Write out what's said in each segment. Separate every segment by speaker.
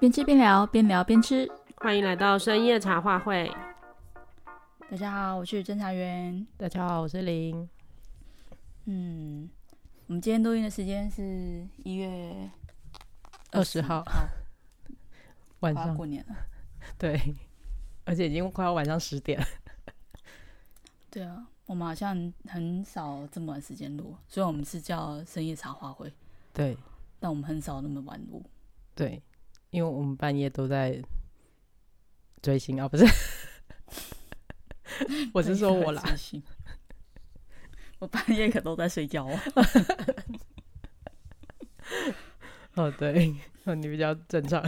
Speaker 1: 边吃边聊，边聊边吃。
Speaker 2: 欢迎来到深夜茶话会。
Speaker 1: 大家好，我是侦查员。
Speaker 2: 大家好，我是林。
Speaker 1: 嗯，我们今天录音的时间是一月
Speaker 2: 20号
Speaker 1: 好，
Speaker 2: 晚
Speaker 1: 快要
Speaker 2: 上
Speaker 1: 过年了。
Speaker 2: 对， 而且已经快要晚上十点了。
Speaker 1: 对啊，我们好像很少这么晚时间录，虽然我们是叫深夜茶话会，
Speaker 2: 对
Speaker 1: 但我们很少那么晚录。
Speaker 2: 对，因为我们半夜都在追星啊，不 是？我是说我啦，
Speaker 1: 真心。 我半夜可都在睡觉 哦。
Speaker 2: 哦，对， 哦，你比较正常。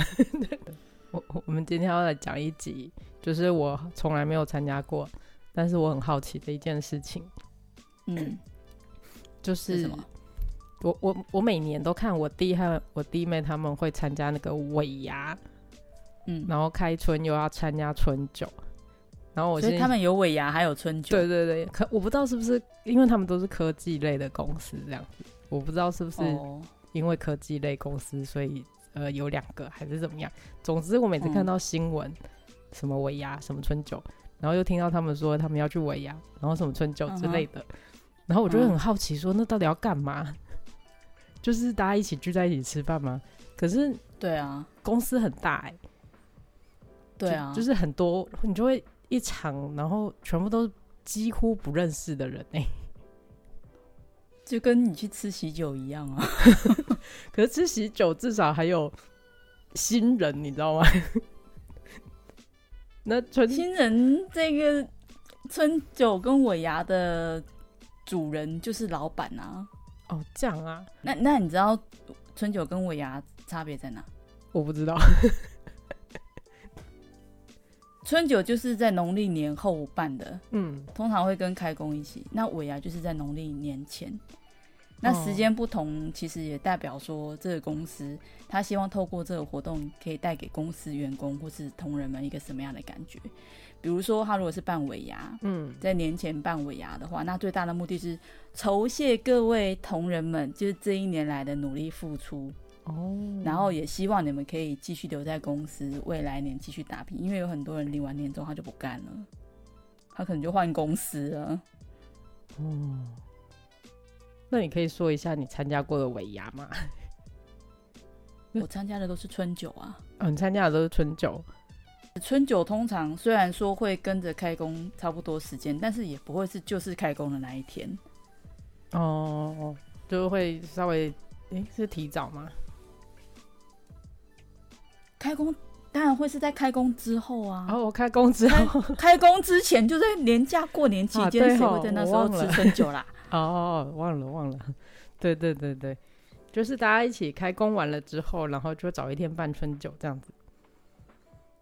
Speaker 2: 我我我们今天要来讲一集，就是我从来没有参加过，但是我很好奇的一件事情，
Speaker 1: 嗯，
Speaker 2: 就是
Speaker 1: 是什么？
Speaker 2: 我我我每年都看我弟和我弟妹他们会参加那个尾牙，
Speaker 1: 嗯，
Speaker 2: 然后开春又要参加春酒，然后我
Speaker 1: 所
Speaker 2: 是
Speaker 1: 以他们有尾牙，还有春酒。
Speaker 2: 对对对，可我不知道是不是因为他们都是科技类的公司这样子，我不知道是不是
Speaker 1: 哦，
Speaker 2: 因为科技类公司，所以呃有两个还是怎么样。总之，我每
Speaker 1: 嗯
Speaker 2: 次看到新闻，什么尾牙，什么春酒，然后又听到他们说他们要去尾牙，然后什么春酒之类
Speaker 1: 嗯
Speaker 2: 的，然后我就会很好奇说，那到底要干嘛？ 就是大家一起聚在一起吃饭吗？可是
Speaker 1: 对啊，
Speaker 2: 公司很大哎、
Speaker 1: 对啊，
Speaker 2: 就，就是很多，你就会一场，然后全部都几乎不认识的人哎、
Speaker 1: 就跟你去吃喜酒一样啊。
Speaker 2: 可是吃喜酒至少还有新人，你知道吗？ 那 春
Speaker 1: 新人这个春酒跟尾牙的主人就是老板啊。
Speaker 2: 哦这样啊，
Speaker 1: 那那你知道春酒跟尾牙差别在哪？
Speaker 2: 我不知道。
Speaker 1: 春酒就是在农历年后办的，
Speaker 2: 嗯，
Speaker 1: 通常会跟开工一起。那尾牙就是在农历年前。那时间不同，其实也代表说这个公司他希望透过这个活动，可以带给公司员工或是同仁们一个什么样的感觉？比如说，他如果是办尾牙，
Speaker 2: 嗯，
Speaker 1: 在年前办尾牙的话，那最大的目的是酬谢各位同仁们，就是这一年来的努力付出，
Speaker 2: 哦，
Speaker 1: 然后也希望你们可以继续留在公司，未来年继续打拼，因为有很多人领完年终他就不干了，他可能就换公司了。
Speaker 2: 哦，那你可以说一下你参加过的尾牙吗？ 那
Speaker 1: 我参加的都是春酒啊，
Speaker 2: 嗯、你参加的都是春酒，
Speaker 1: 春酒通常虽然说会跟着开工差不多时间，但是也不会是就是开工的那一天。
Speaker 2: 哦，就会稍微，诶、是提早吗？
Speaker 1: 开工当然会是在开工之后啊。
Speaker 2: 然哦后我开工之后，
Speaker 1: 开工之前就在年假过年期
Speaker 2: 啊
Speaker 1: 间，
Speaker 2: 对
Speaker 1: 谁
Speaker 2: 吼
Speaker 1: 会在那时
Speaker 2: 我
Speaker 1: 候
Speaker 2: 忘了
Speaker 1: 吃春酒啦？
Speaker 2: 哦，忘了忘了， 对对对对，就是大家一起开工完了之后，然后就找一天办春酒这样子。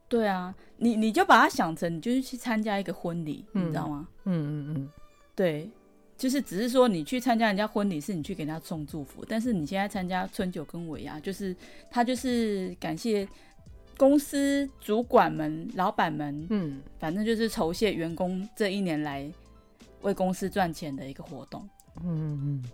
Speaker 1: 对啊，你你就把它想成，你就是去参加一个婚礼，
Speaker 2: 嗯
Speaker 1: 你知道吗？
Speaker 2: 嗯嗯嗯，
Speaker 1: 对，就是只是说你去参加人家婚礼是你去给人家送祝福，但是你现在参加春酒跟尾牙，就是他就是感谢公司主管们、老板们，
Speaker 2: 嗯，
Speaker 1: 反正就是酬谢员工这一年来为公司赚钱的一个活动。
Speaker 2: 嗯嗯，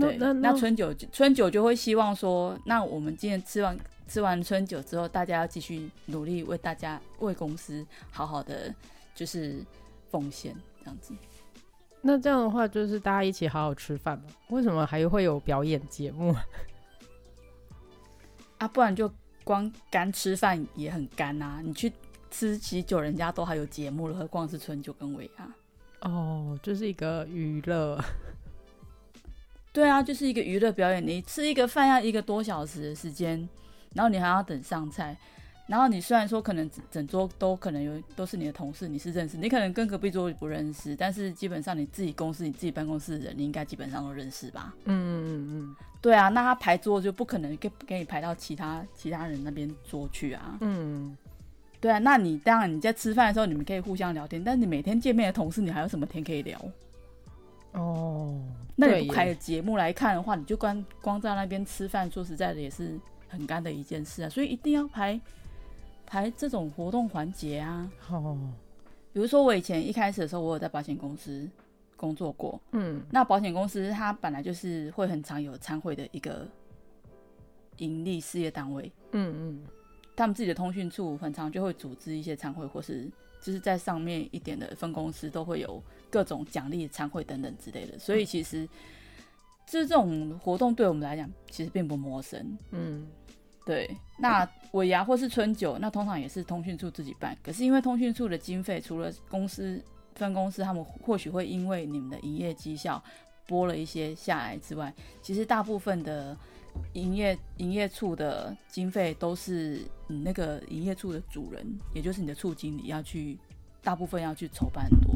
Speaker 1: 对，
Speaker 2: 那
Speaker 1: 那
Speaker 2: 那
Speaker 1: 春酒就春酒就会希望说，那我们今天吃完吃完春酒之后，大家要继续努力为大家为公司好好的就是奉献这样子。
Speaker 2: 那这样的话，就是大家一起好好吃饭嘛。为什么还会有表演节目？
Speaker 1: 啊，不然就光干吃饭也很干啊。你去吃喜酒，人家都还有节目了，何况是春酒跟尾啊牙？
Speaker 2: 哦，就是一个娱乐。
Speaker 1: 对啊，就是一个娱乐表演。你吃一个饭要一个多小时的时间，然后你还要等上菜，然后你虽然说可能整整桌都可能有都是你的同事，你是认识，你可能跟隔壁桌不认识，但是基本上你自己公司、你自己办公室的人，你应该基本上都认识吧？
Speaker 2: 嗯嗯
Speaker 1: 对啊，那他排桌就不可能给给你排到其他其他人那边桌去啊。
Speaker 2: 嗯
Speaker 1: 对啊，那你当然你在吃饭的时候你们可以互相聊天，但你每天见面的同事，你还有什么天可以聊？
Speaker 2: 嗯，哦，
Speaker 1: 那
Speaker 2: 对
Speaker 1: 你
Speaker 2: 耶
Speaker 1: 不开了节目来看的话，你就光光在那边吃饭，说实在的也是很干的一件事啊。所以一定要排排这种活动环节啊。
Speaker 2: 哦，
Speaker 1: 比如说我以前一开始的时候，我有在保险公司工作过，
Speaker 2: 嗯
Speaker 1: 那保险公司它本来就是会很常有参会的一个盈利事业单位，
Speaker 2: 嗯嗯，
Speaker 1: 他们自己的通讯处很常就会组织一些餐会，或是就是在上面一点的分公司都会有各种奖励餐会等等之类的，所以其实就是这种活动对我们来讲其实并不陌生。
Speaker 2: 嗯，
Speaker 1: 对，那尾牙或是春酒，那通常也是通讯处自己办。可是因为通讯处的经费，除了公司分公司他们或许会因为你们的营业绩效拨了一些下来之外，其实大部分的营业营业处的经费都是你那个营业处的主人，也就是你的处经理要去，大部分要去筹办很多。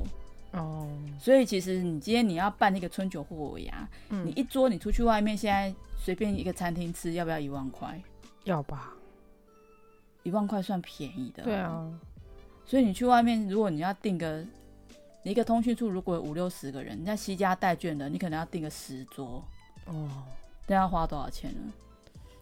Speaker 2: 哦，
Speaker 1: 所以其实你今天你要办那个春酒或尾牙，
Speaker 2: 嗯
Speaker 1: 你一桌你出去外面现在随便一个餐厅吃，要不要一万块？
Speaker 2: 要吧？
Speaker 1: 一万块算便宜的，
Speaker 2: 对。啊，
Speaker 1: 所以你去外面，如果你要订个你一个通讯处，如果有五六十个人，人家西家带券的，你可能要订个十桌，
Speaker 2: 哦，
Speaker 1: 那要花多少钱呢？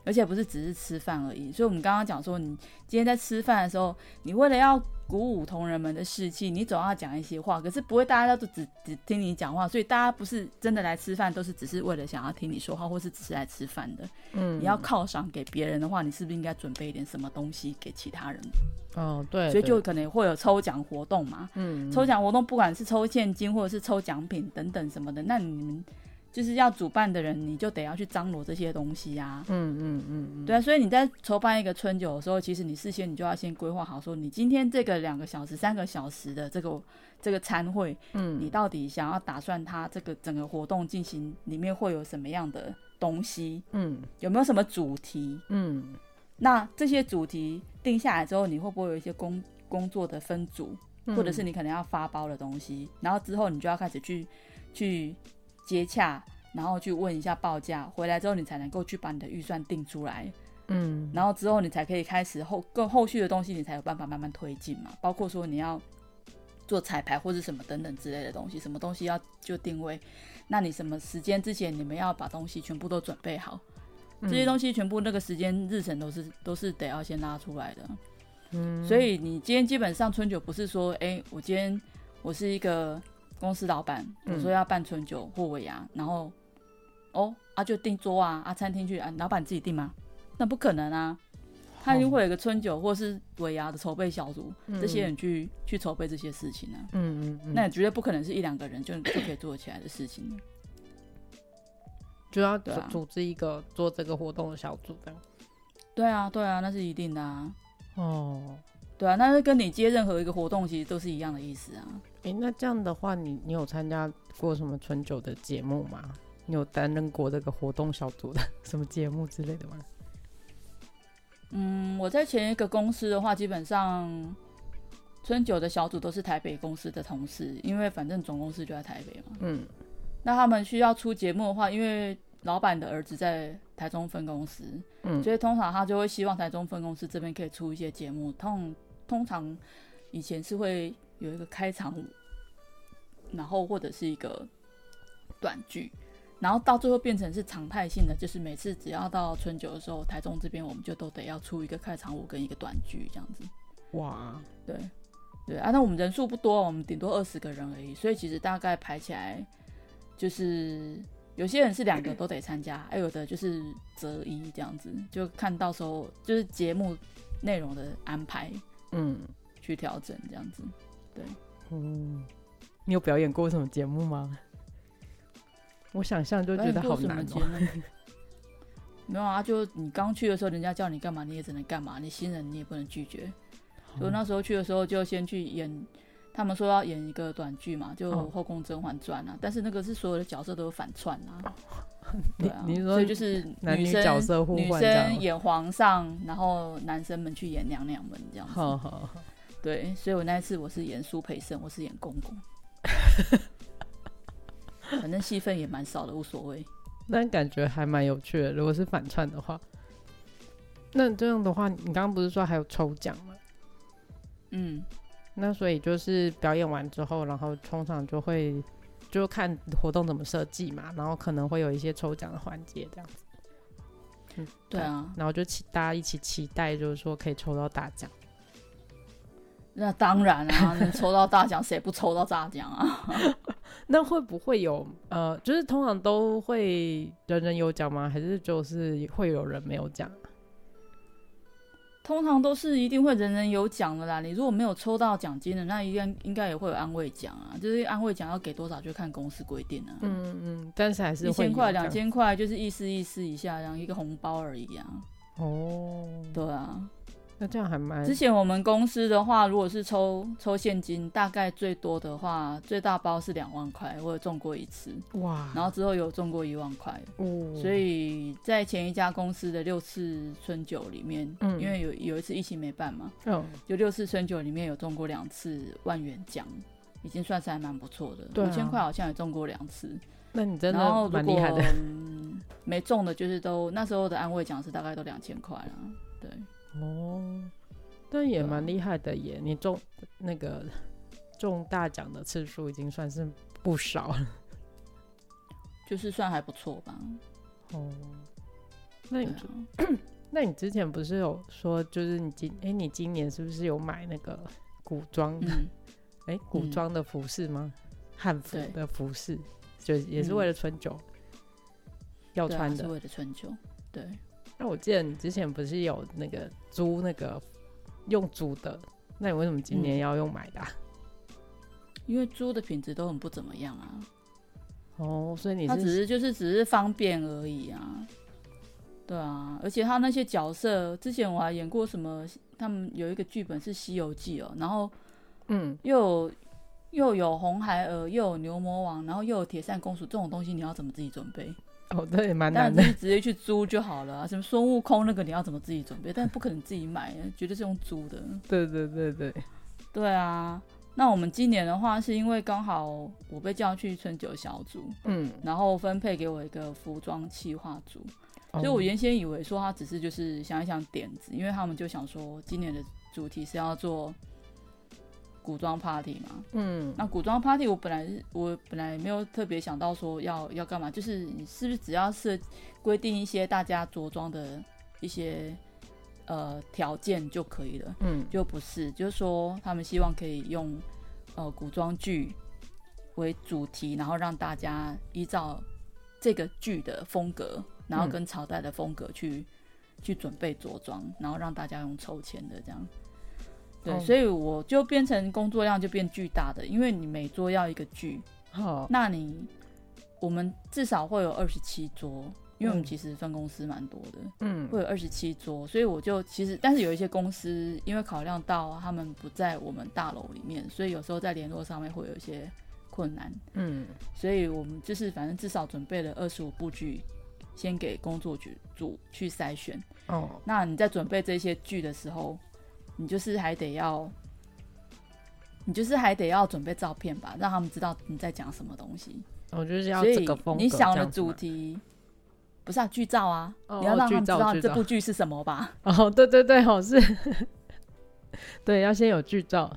Speaker 1: 而且不是只是吃饭而已，所以我们刚刚讲说，你今天在吃饭的时候，你为了要鼓舞同仁们的士气，你总要讲一些话，可是不会大家都只只听你讲话，所以大家不是真的来吃饭，都是只是为了想要听你说话，或是只是来吃饭的。
Speaker 2: 嗯，
Speaker 1: 你要犒赏给别人的话，你是不是应该准备一点什么东西给其他人？
Speaker 2: 哦，对，
Speaker 1: 所以就
Speaker 2: 对
Speaker 1: 可能会有抽奖活动嘛。
Speaker 2: 嗯，
Speaker 1: 抽奖活动不管是抽现金或者是抽奖品等等什么的，那你们就是要主办的人，你就得要去张罗这些东西啊。
Speaker 2: 嗯嗯嗯嗯，
Speaker 1: 对啊，所以你在筹办一个春酒的时候，其实你事先你就要先规划好，说你今天这个两个小时、三个小时的这个这个餐会，
Speaker 2: 嗯
Speaker 1: 你到底想要打算它这个整个活动进行里面会有什么样的东西，
Speaker 2: 嗯
Speaker 1: 有没有什么主题？
Speaker 2: 嗯
Speaker 1: 那这些主题定下来之后，你会不会有一些工工作的分组？
Speaker 2: 嗯，
Speaker 1: 或者是你可能要发包的东西，然后之后你就要开始去去接洽，然后去问一下报价，回来之后你才能够去把你的预算定出来，
Speaker 2: 嗯
Speaker 1: 然后之后你才可以开始后更后续的东西，你才有办法慢慢推进嘛，包括说你要。做彩排或者什么等等之类的东西，什么东西要就定位，那你什么时间之前你们要把东西全部都准备好，
Speaker 2: 嗯
Speaker 1: 这些东西全部那个时间日程都是都是得要先拉出来的。
Speaker 2: 嗯，
Speaker 1: 所以你今天基本上春酒不是说，哎、我今天我是一个公司老板，
Speaker 2: 嗯
Speaker 1: 我说要办春酒或尾牙，然后哦啊就订桌啊啊餐厅去啊，老板自己订吗？那不可能啊，他一定会有一个春酒或是尾牙的筹备小组，这些人去去筹备这些事情啊。
Speaker 2: 嗯嗯，嗯嗯，
Speaker 1: 那也绝对不可能是一两个人就就可以做起来的事情。
Speaker 2: 就要组
Speaker 1: 对啊
Speaker 2: 组织一个做这个活动的小组这样。
Speaker 1: 对啊，对啊，那是一定的啊。
Speaker 2: 哦，
Speaker 1: 对啊，那是跟你接任何一个活动其实都是一样的意思啊。
Speaker 2: 哎、那这样的话，你你有参加过什么春酒的节目吗？你有担任过这个活动小组的 什么节目之类的吗？
Speaker 1: 嗯，我在前一个公司的话，基本上春酒的小组都是台北公司的同事，因为反正总公司就在台北嘛。
Speaker 2: 嗯
Speaker 1: 那他们需要出节目的话，因为老板的儿子在台中分公司，
Speaker 2: 嗯
Speaker 1: 所以通常他就会希望台中分公司这边可以出一些节目。通通常以前是会有一个开场舞，然后或者是一个短剧，然后到最后变成是常态性的，就是每次只要到春酒的时候，台中这边我们就都得要出一个开场舞跟一个短剧这样子。
Speaker 2: 哇，
Speaker 1: 对，对啊，那我们人数不多，我们顶多二十个人而已，所以其实大概排起来就是有些人是两个都得参加，还有的就是择一这样子，就看到时候就是节目内容的安排
Speaker 2: 嗯
Speaker 1: 去调整这样子。
Speaker 2: 嗯，你有表演过什么节目吗？ 我想象就
Speaker 1: 我
Speaker 2: 觉得好难哦、
Speaker 1: 没有啊，就你刚去的时候，人家叫你干嘛，你也只能干嘛。你新人你也不能拒绝。
Speaker 2: 哦
Speaker 1: 所以我那时候去的时候，就先去演，他们说要演一个短剧嘛，就
Speaker 2: 哦
Speaker 1: 《后宫甄嬛传》啊。但是那个是所有的角色都有反串啊，对
Speaker 2: 你
Speaker 1: 啊，
Speaker 2: 哦 你是说
Speaker 1: 所以就是
Speaker 2: 男
Speaker 1: 女
Speaker 2: 女
Speaker 1: 生
Speaker 2: 角色互
Speaker 1: 女
Speaker 2: 换这样
Speaker 1: 生演皇上，然后男生们去演娘娘们这样子。
Speaker 2: 好好好
Speaker 1: 对，所以我那一次我是演苏培盛，我是演公 公，反正戏份也蛮少的，无所谓。
Speaker 2: 但感觉还蛮有趣的。如果是反串的话，那这样的话，你刚刚不是说还有抽奖吗？
Speaker 1: 嗯。
Speaker 2: 那所以就是表演完之后，然后通常就会就看活动怎么设计嘛，然后可能会有一些抽奖的环节这样子，
Speaker 1: 对啊，
Speaker 2: 然后就期大家一起期待，就是说可以抽到大奖。
Speaker 1: 那当然 啊，能抽到大奖，谁不抽到大奖啊？
Speaker 2: 那会不会有呃，就是通常都会人人有奖吗？还是就是会有人没有奖？
Speaker 1: 通常都是一定会人人有奖的啦。你如果没有抽到奖金的，那应该应该也会有安慰奖啊。就是安慰奖要给多少，就看公司规定啊。
Speaker 2: 嗯嗯，但是还是
Speaker 1: 一
Speaker 2: 会
Speaker 1: 千
Speaker 2: 有
Speaker 1: 块、
Speaker 2: 这样
Speaker 1: 两千块，就是意思意思一下，然后一个红包而已啊。
Speaker 2: 嗯哦，
Speaker 1: 对啊，
Speaker 2: 那这样还蛮
Speaker 1: 之前我们公司的话，如果是抽抽现金，大概最多的话，最大包是两万块，我有中过一次，
Speaker 2: 哇，
Speaker 1: 然后之后有中过一万块。
Speaker 2: 哦
Speaker 1: 所以在前一家公司的六次春酒里面，
Speaker 2: 嗯
Speaker 1: 因为有有一次疫情没办嘛，
Speaker 2: 嗯，
Speaker 1: 就六次春酒里面有中过两次万元奖，已经算是还蛮不错的。
Speaker 2: 对啊
Speaker 1: 五千块好像也中过两次，
Speaker 2: 那你真
Speaker 1: 然后
Speaker 2: 的
Speaker 1: 如
Speaker 2: 蛮
Speaker 1: 果
Speaker 2: 厉害的。啊
Speaker 1: 嗯 没中的就是都那时候的安慰奖是大概都两千块啦。对，
Speaker 2: 哦，但也
Speaker 1: 对啊
Speaker 2: 蛮厉害的耶！你中那个中大奖的次数已经算是不少了。
Speaker 1: 就是算还不错吧。
Speaker 2: 哦，那
Speaker 1: 对
Speaker 2: 你、
Speaker 1: 啊，
Speaker 2: 那你之前不是有说，就是你今哎、你今年是不是有买那个古装的？
Speaker 1: 嗯，
Speaker 2: 哎、古
Speaker 1: 嗯
Speaker 2: 装的服饰吗？汉服
Speaker 1: 对
Speaker 2: 的服饰，就也是
Speaker 1: 嗯
Speaker 2: 为了春酒、要
Speaker 1: 对啊
Speaker 2: 穿
Speaker 1: 是
Speaker 2: 的。
Speaker 1: 为了春酒。对，
Speaker 2: 那我记得你之前不是有那个租那个用租的，那你为什么今
Speaker 1: 嗯
Speaker 2: 年要用买的啊、
Speaker 1: 因为猪的品质都很不怎么样啊，
Speaker 2: 哦，所以你
Speaker 1: 它只
Speaker 2: 是
Speaker 1: 是就是只是方便而已啊。对啊，而且他那些角色，之前我还演过什么？他们有一个剧本是《西游记》哦，然后
Speaker 2: 嗯
Speaker 1: 又有又有红孩儿，又有牛魔王，然后又有铁扇公主，这种东西你要怎么自己准备？
Speaker 2: 哦，对，蛮
Speaker 1: 当
Speaker 2: 难
Speaker 1: 然
Speaker 2: 的
Speaker 1: 就。是直接去租就好了啊。什么孙悟空那个你要怎么自己准备？但不可能自己买，啊绝对是用租的。
Speaker 2: 对对对对，
Speaker 1: 对啊，那我们今年的话，是因为刚好我被叫去春酒小组，
Speaker 2: 嗯，
Speaker 1: 然后分配给我一个服装企划组，
Speaker 2: 哦
Speaker 1: 所以我原先以为说他只是就是想一想点子，因为他们就想说今年的主题是要做古装 party 嘛。
Speaker 2: 嗯
Speaker 1: 那古装 party 我本来是我本来没有特别想到说要要干嘛，就是你是不是只要设规定一些大家着装的一些呃条件就可以了。
Speaker 2: 嗯
Speaker 1: 就不是，就是说他们希望可以用呃古装剧为主题，然后让大家依照这个剧的风格，然后
Speaker 2: 嗯
Speaker 1: 跟朝代的风格去、去准备着装，然后让大家用抽签的这样。对，
Speaker 2: 哦
Speaker 1: 所以我就变成工作量就变巨大的，因为你每桌要一个剧，
Speaker 2: 好
Speaker 1: 那你我们至少会有二十七桌，因为我们
Speaker 2: 嗯
Speaker 1: 其实分公司蛮多的，
Speaker 2: 嗯
Speaker 1: 会有二十七桌，所以我就其实，但是有一些公司因为考量到他们不在我们大楼里面，所以有时候在联络上面会有一些困难，
Speaker 2: 嗯
Speaker 1: 所以我们就是反正至少准备了二十五部剧，先给工作组组去筛选。
Speaker 2: 哦
Speaker 1: 那你在准备这些剧的时候，你就是还得要，你就是还得要准备照片吧，让他们知道你在讲什么东西。
Speaker 2: 我就是要
Speaker 1: 所以
Speaker 2: 这个风格，
Speaker 1: 你想
Speaker 2: 这
Speaker 1: 的
Speaker 2: 样子
Speaker 1: 主
Speaker 2: 嘛
Speaker 1: 题不是啊，剧照啊，
Speaker 2: 哦
Speaker 1: 你要让他们知
Speaker 2: 剧照
Speaker 1: 道
Speaker 2: 剧
Speaker 1: 这
Speaker 2: 照
Speaker 1: 部剧是什么吧。
Speaker 2: 哦，对对对，好是， 对，要先有剧照，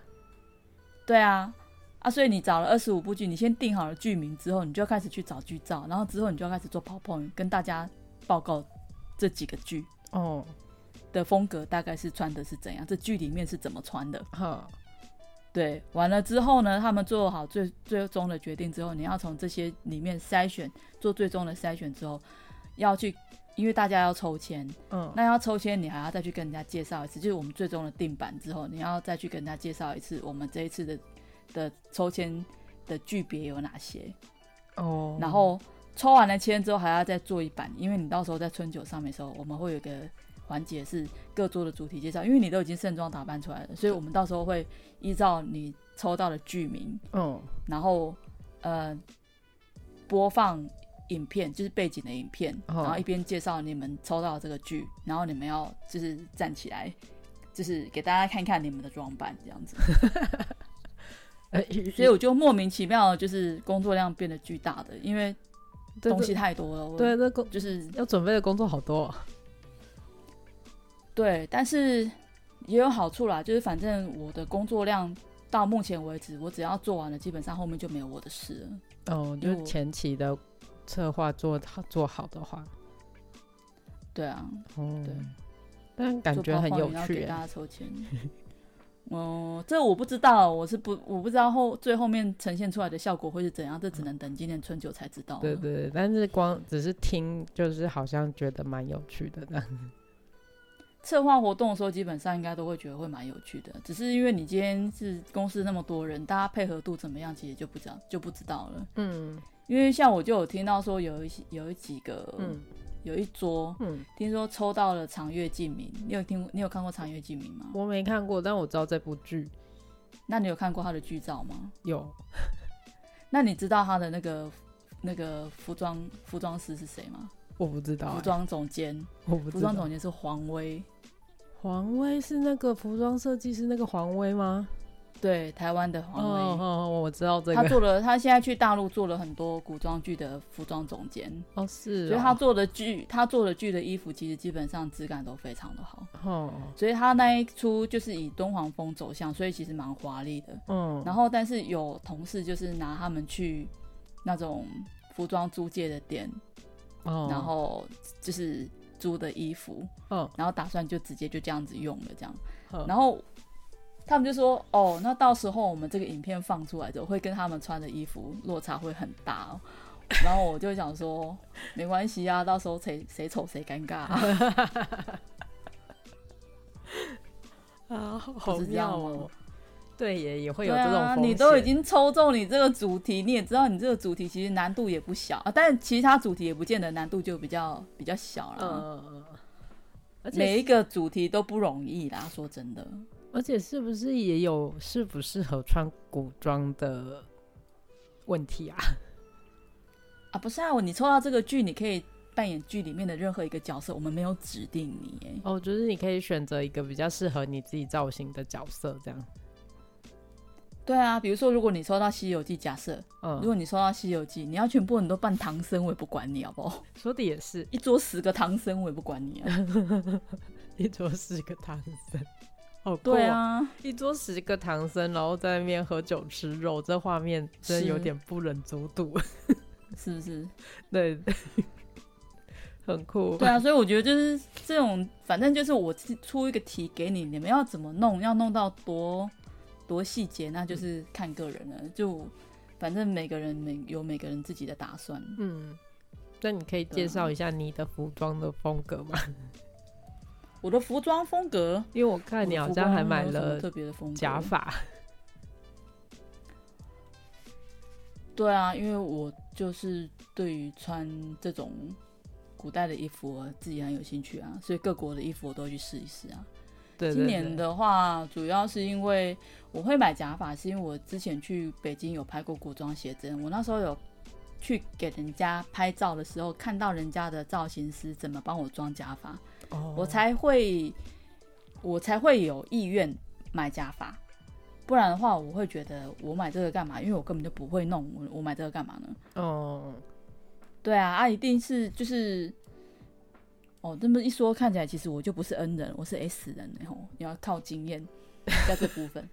Speaker 1: 对啊，啊，所以你找了二十五部剧，你先定好了剧名之后，你就要开始去找剧照，然后之后你就要开始做 PowerPoint，跟大家报告这几个剧
Speaker 2: 哦，
Speaker 1: 的风格大概是穿的是怎样，这剧里面是怎么穿的。
Speaker 2: 好，
Speaker 1: 对，完了之后呢，他们做好最最终的决定之后，你要从这些里面筛选，做最终的筛选之后，要去。因为大家要抽签，
Speaker 2: 嗯，
Speaker 1: 那要抽签，你还要再去跟人家介绍一次，就是我们最终的定版之后，你要再去跟人家介绍一次我们这一次的的抽签的剧别有哪些，
Speaker 2: 哦，
Speaker 1: 然后抽完了签之后还要再做一版，因为你到时候在春酒上面的时候，我们会有一个环节是各桌的主题介绍，因为你都已经盛装打扮出来了，所以我们到时候会依照你抽到的剧名，
Speaker 2: 嗯
Speaker 1: 然后呃播放影片，就是背景的影片，
Speaker 2: 哦
Speaker 1: 然后一边介绍你们抽到的这个剧，然后你们要就是站起来，就是给大家看看你们的装扮这 样子。
Speaker 2: 呃，
Speaker 1: 所以我就莫名其妙地就是工作量变得巨大的，因为
Speaker 2: 对
Speaker 1: 东西
Speaker 2: 对
Speaker 1: 太多了。我
Speaker 2: 对，那工
Speaker 1: 就是
Speaker 2: 要准备的工作好多哦，
Speaker 1: 对，但是也有好处啦，就是反正我的工作量。到目前为止，我只要做完了，基本上后面就没有我的事了。
Speaker 2: 哦，
Speaker 1: 因
Speaker 2: 就
Speaker 1: 为
Speaker 2: 是
Speaker 1: 我
Speaker 2: 前期的策划做好做好的话，
Speaker 1: 对啊，
Speaker 2: 哦，
Speaker 1: 对，
Speaker 2: 但感
Speaker 1: 做
Speaker 2: 觉很
Speaker 1: PowerPoint
Speaker 2: 有
Speaker 1: 也要
Speaker 2: 趣
Speaker 1: 给
Speaker 2: 耶
Speaker 1: 大，家抽签。嗯，这我不知道，我是不我不知道后最后面呈现出来的效果会是怎样，这只能等今年春酒才知道。
Speaker 2: 对对对，但是光只是听，就是好像觉得蛮有趣的这样，
Speaker 1: 策划活动的时候，基本上应该都会觉得会蛮有趣的。只是因为你今天是公司那么多人，大家配合度怎么样，其实就不知道就不知道了。
Speaker 2: 嗯
Speaker 1: 因为像我就有听到说有一些有一几个、
Speaker 2: 嗯
Speaker 1: 有一桌，
Speaker 2: 嗯，
Speaker 1: 听说抽到了长月烬明，你有听过你有看过长月烬明吗？
Speaker 2: 我没看过，但我知道这部剧
Speaker 1: 那你有看过他的剧照吗？
Speaker 2: 有
Speaker 1: 那你知道他的那个那个服装服装师是谁吗？
Speaker 2: 我不知道、
Speaker 1: 服
Speaker 2: 欸，
Speaker 1: 装总监，
Speaker 2: 我不
Speaker 1: 服
Speaker 2: 知
Speaker 1: 装
Speaker 2: 道。
Speaker 1: 总监是黄威，
Speaker 2: 黄威是那个服装设计师那个黄威吗？
Speaker 1: 对，台湾的
Speaker 2: 哦
Speaker 1: 黄威。
Speaker 2: 哦，哦我知道这
Speaker 1: 他
Speaker 2: 个。
Speaker 1: 做了，他现在去大陆做了很多古装剧的服装总监，
Speaker 2: 哦是哦，
Speaker 1: 所以他做的剧，他做的剧的衣服其实基本上质感都非常的好，
Speaker 2: 哦
Speaker 1: 所以他那一出就是以敦煌风走向，所以其实蛮华丽的。
Speaker 2: 嗯，
Speaker 1: 然后，但是有同事就是拿他们去那种服装租借的店，
Speaker 2: 哦
Speaker 1: 然后就是租的衣服，
Speaker 2: 嗯
Speaker 1: 然后打算就直接就这样子用了这样。
Speaker 2: 嗯
Speaker 1: 然后他们就说：“哦，那到时候我们这个影片放出来之后，会跟他们穿的衣服落差会很大、哦。”然后我就想说，没关系啊，到时候谁谁丑谁尴尬、啊。
Speaker 2: 啊，好
Speaker 1: 不是这样
Speaker 2: 妙
Speaker 1: 吗
Speaker 2: 哦。对，也也会
Speaker 1: 对
Speaker 2: 有这种
Speaker 1: 啊，
Speaker 2: 风
Speaker 1: 你都已
Speaker 2: 险
Speaker 1: 经抽中你这个主题，你也知道你这个主题其实难度也不小啊，但其他主题也不见得难度就比较比较小
Speaker 2: 嗯
Speaker 1: 了。
Speaker 2: 嗯嗯嗯，而且
Speaker 1: 每一个主题都不容易啦，说真的，
Speaker 2: 而且是不是也有适不适合穿古装的问题啊？
Speaker 1: 啊，不是啊，我你抽到这个剧，你可以扮演剧里面的任何一个角色，我们没有指定你耶。
Speaker 2: 哦，就是你可以选择一个比较适合你自己造型的角色，这样。
Speaker 1: 对啊，比如说如果你抽到《西游记》，假设如
Speaker 2: 嗯，
Speaker 1: 果你抽到《西游记》，你要全部人都扮唐僧，我也不管你好不好？
Speaker 2: 说的也是，
Speaker 1: 一桌十个唐僧，我也不管你啊。
Speaker 2: 一桌十个唐僧，好酷哦
Speaker 1: 对，啊，
Speaker 2: 一桌十个唐僧，然后在那边喝酒吃肉，这画面真的有
Speaker 1: 是
Speaker 2: 点不忍卒 睹。
Speaker 1: 是不是？
Speaker 2: 对， 很酷。
Speaker 1: 对啊，所以我觉得就是这种，反正就是我自己出一个题给你，你们要怎么弄，要弄到多多细节，那就是
Speaker 2: 嗯
Speaker 1: 看个人了。就反正每个人每有每个人自己的打算。
Speaker 2: 嗯，那你可以介
Speaker 1: 嗯
Speaker 2: 绍一下你的服装的风格吗？
Speaker 1: 我的服装风格，
Speaker 2: 因为我看你好像还买
Speaker 1: 我的服装没有什么
Speaker 2: 了
Speaker 1: 特别的风格
Speaker 2: 假发。
Speaker 1: 对啊，因为我就是对于穿这种古代的衣服，我自己很有兴趣啊，所以各国的衣服我都会去试一试啊。
Speaker 2: 对对对，
Speaker 1: 今年的话，主要是因为我会买假发，是因为我之前去北京有拍过古装写真，我那时候有去给人家拍照的时候，看到人家的造型师怎么帮我装假发，
Speaker 2: 哦
Speaker 1: 我才会我才会有意愿买假发。不然的话，我会觉得我买这个干嘛？因为我根本就不会弄，我我买这个干嘛呢？
Speaker 2: 哦，
Speaker 1: 对啊，啊，一定是就是，哦，这么一说，看起来其实我就不是 N 人，我是 S 人，然后你要靠经验在这部分。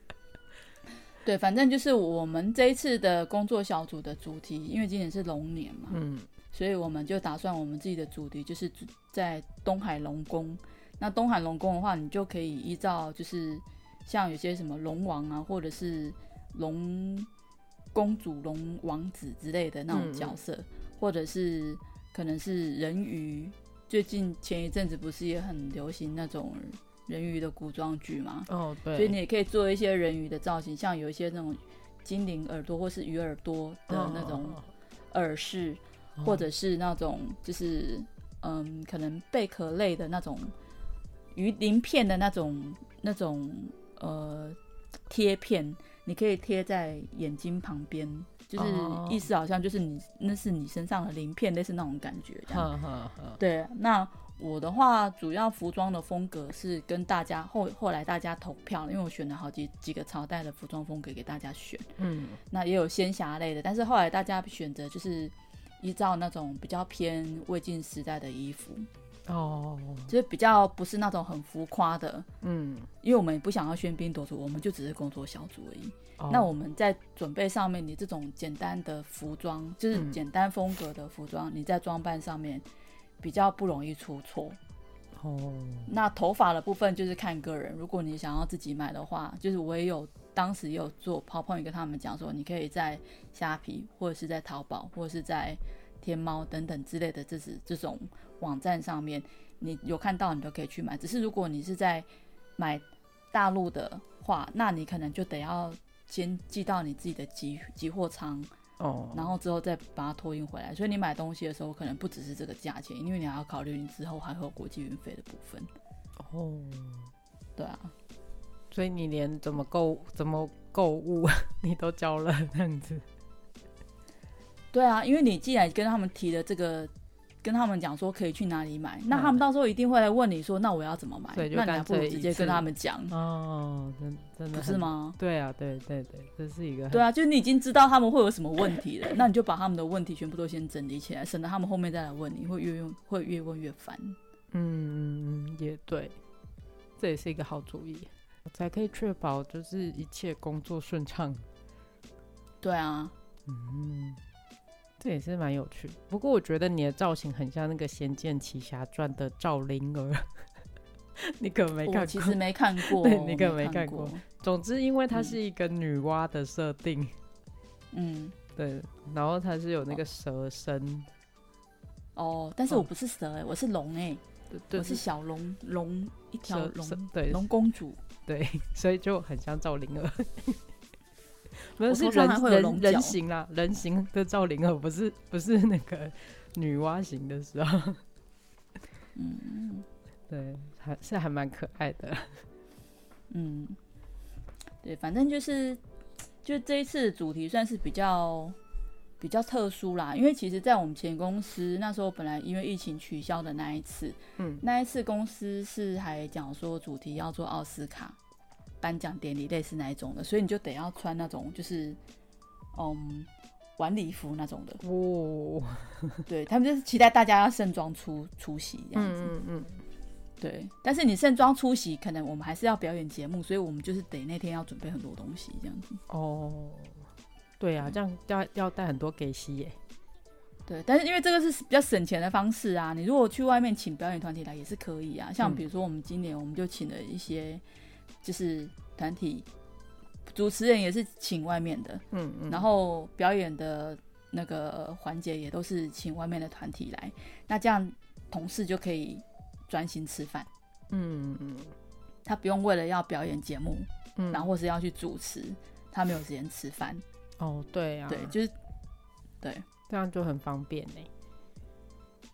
Speaker 1: 对，反正就是我们这一次的工作小组的主题，因为今年是龙年嘛，
Speaker 2: 嗯
Speaker 1: 所以我们就打算我们自己的主题就是只在东海龙宫。那东海龙宫的话，你就可以依照就是像有些什么龙王啊，或者是龙公主、龙王子之类的那种角色，或者是可能是人鱼。最近前一阵子不是也很流行那种人鱼的古装剧吗？
Speaker 2: 哦对，
Speaker 1: 所以你也可以做一些人鱼的造型，像有一些那种精灵耳朵或是鱼耳朵的那种
Speaker 2: 哦
Speaker 1: 耳饰，
Speaker 2: 哦
Speaker 1: 或者是那种就是嗯，可能贝壳类的那种鱼鳞片的那种那种呃贴片，你可以贴在眼睛旁边，就是
Speaker 2: 哦
Speaker 1: 意思好像就是你那是你身上的鳞片，类似那种感觉这样。
Speaker 2: 哈哈哈，
Speaker 1: 对，那我的话主要服装的风格是跟大家后后来大家投票，因为我选了好几几个朝代的服装风格给大家选。
Speaker 2: 嗯
Speaker 1: 那也有仙侠类的，但是后来大家选择就是依照那种比较偏魏晋时代的衣服，
Speaker 2: 哦
Speaker 1: 就是比较不是那种很浮夸的，
Speaker 2: 嗯，
Speaker 1: 因为我们也不想要喧宾夺主，我们就只是工作小组而已。
Speaker 2: 哦
Speaker 1: 那我们在准备上面，你这种简单的服装，就是
Speaker 2: 嗯
Speaker 1: 简单风格的服装，你在装扮上面比较不容易出错。
Speaker 2: 哦
Speaker 1: 那头发的部分就是看个人，如果你想要自己买的话，就是我也有当时也有做 PowerPoint 跟他们讲说，你可以在虾皮或者是在淘宝或者是在天猫等等之类的这是这种网站上面，你有看到你都可以去买。只是如果你是在买大陆的话，那你可能就得要先寄到你自己的集集货仓，
Speaker 2: 哦，
Speaker 1: 然后之后再把它托运回来。所以你买东西的时候，可能不只是这个价钱，因为你还要考虑你之后还会有国际运费的部分。
Speaker 2: 哦，
Speaker 1: 对啊，
Speaker 2: 所以你连怎么购怎么购物 你都教了这样子，
Speaker 1: 对啊，因为你既然跟他们提了这个，跟他们讲说可以去哪里买，那
Speaker 2: 嗯
Speaker 1: 他们到时候一定会来问你说，那我要怎么买
Speaker 2: 所以？就
Speaker 1: 那你
Speaker 2: 干
Speaker 1: 还不如
Speaker 2: 脆
Speaker 1: 直
Speaker 2: 一
Speaker 1: 接跟
Speaker 2: 次
Speaker 1: 他们讲，
Speaker 2: 哦，真真的
Speaker 1: 不是
Speaker 2: 很？
Speaker 1: 吗？
Speaker 2: 对啊，对对对，这是一个很
Speaker 1: 对啊，就是你已经知道他们会有什么问题了， 那你就把他们的问题全部都先整理起来，省得他们后面再来问你，会越用会越问越烦。
Speaker 2: 嗯，嗯嗯，也对，这也是一个好主意，才可以确保就是一切工作顺畅。
Speaker 1: 对啊，
Speaker 2: 嗯，这也是蛮有趣。不过我觉得你的造型很像那个《仙剑奇侠传》的赵灵儿， 你可没看
Speaker 1: 我
Speaker 2: 过。
Speaker 1: 其实没看过，
Speaker 2: 对
Speaker 1: 我
Speaker 2: 你可能没
Speaker 1: 没
Speaker 2: 看
Speaker 1: 过。
Speaker 2: 总之，因为它
Speaker 1: 嗯
Speaker 2: 是一个女娲的设定，
Speaker 1: 嗯，
Speaker 2: 对，然后它是有那个蛇身，
Speaker 1: 哦，但是
Speaker 2: 哦
Speaker 1: 我不是蛇哎、我是龙哎、
Speaker 2: 对对，
Speaker 1: 我是小龙龙一条
Speaker 2: 蛇蛇
Speaker 1: 龙
Speaker 2: 对
Speaker 1: 龙公主，
Speaker 2: 所以就很像赵灵儿。 没有
Speaker 1: 我
Speaker 2: 是
Speaker 1: 头上还
Speaker 2: 人
Speaker 1: 会有
Speaker 2: 人
Speaker 1: 龙角
Speaker 2: 人形啦，人形的赵灵儿不是不是那个女娲型的时候，
Speaker 1: 嗯。
Speaker 2: 对，还是还蛮可爱的。
Speaker 1: 嗯，对，反正就是，就这一次的主题算是比较比较特殊啦，因为其实，在我们前公司那时候，本来因为疫情取消的那一次，
Speaker 2: 嗯
Speaker 1: 那一次公司是还讲说主题要做奥斯卡颁奖典礼，类似那一种的，所以你就得要穿那种就是，嗯，晚礼服那种的，
Speaker 2: 哦，
Speaker 1: 对他们就是期待大家要盛装出出席这样子。
Speaker 2: 嗯嗯
Speaker 1: 对，但是你盛装出席，可能我们还是要表演节目，所以我们就是得那天要准备很多东西这样子。
Speaker 2: 哦，对啊，这样要要带很多给息耶。
Speaker 1: 对，但是因为这个是比较省钱的方式啊，你如果去外面请表演团体来也是可以啊。像
Speaker 2: 嗯
Speaker 1: 比如说我们今年我们就请了一些就是团体主持人也是请外面的，
Speaker 2: 嗯嗯
Speaker 1: 然后表演的那个环节也都是请外面的团体来，那这样同事就可以专心吃饭，
Speaker 2: 嗯嗯
Speaker 1: 他不用为了要表演节目，
Speaker 2: 嗯，
Speaker 1: 然后或是要去主持，他没有时间吃饭。
Speaker 2: 哦，对啊，
Speaker 1: 对，就是
Speaker 2: 这样就很方便呢。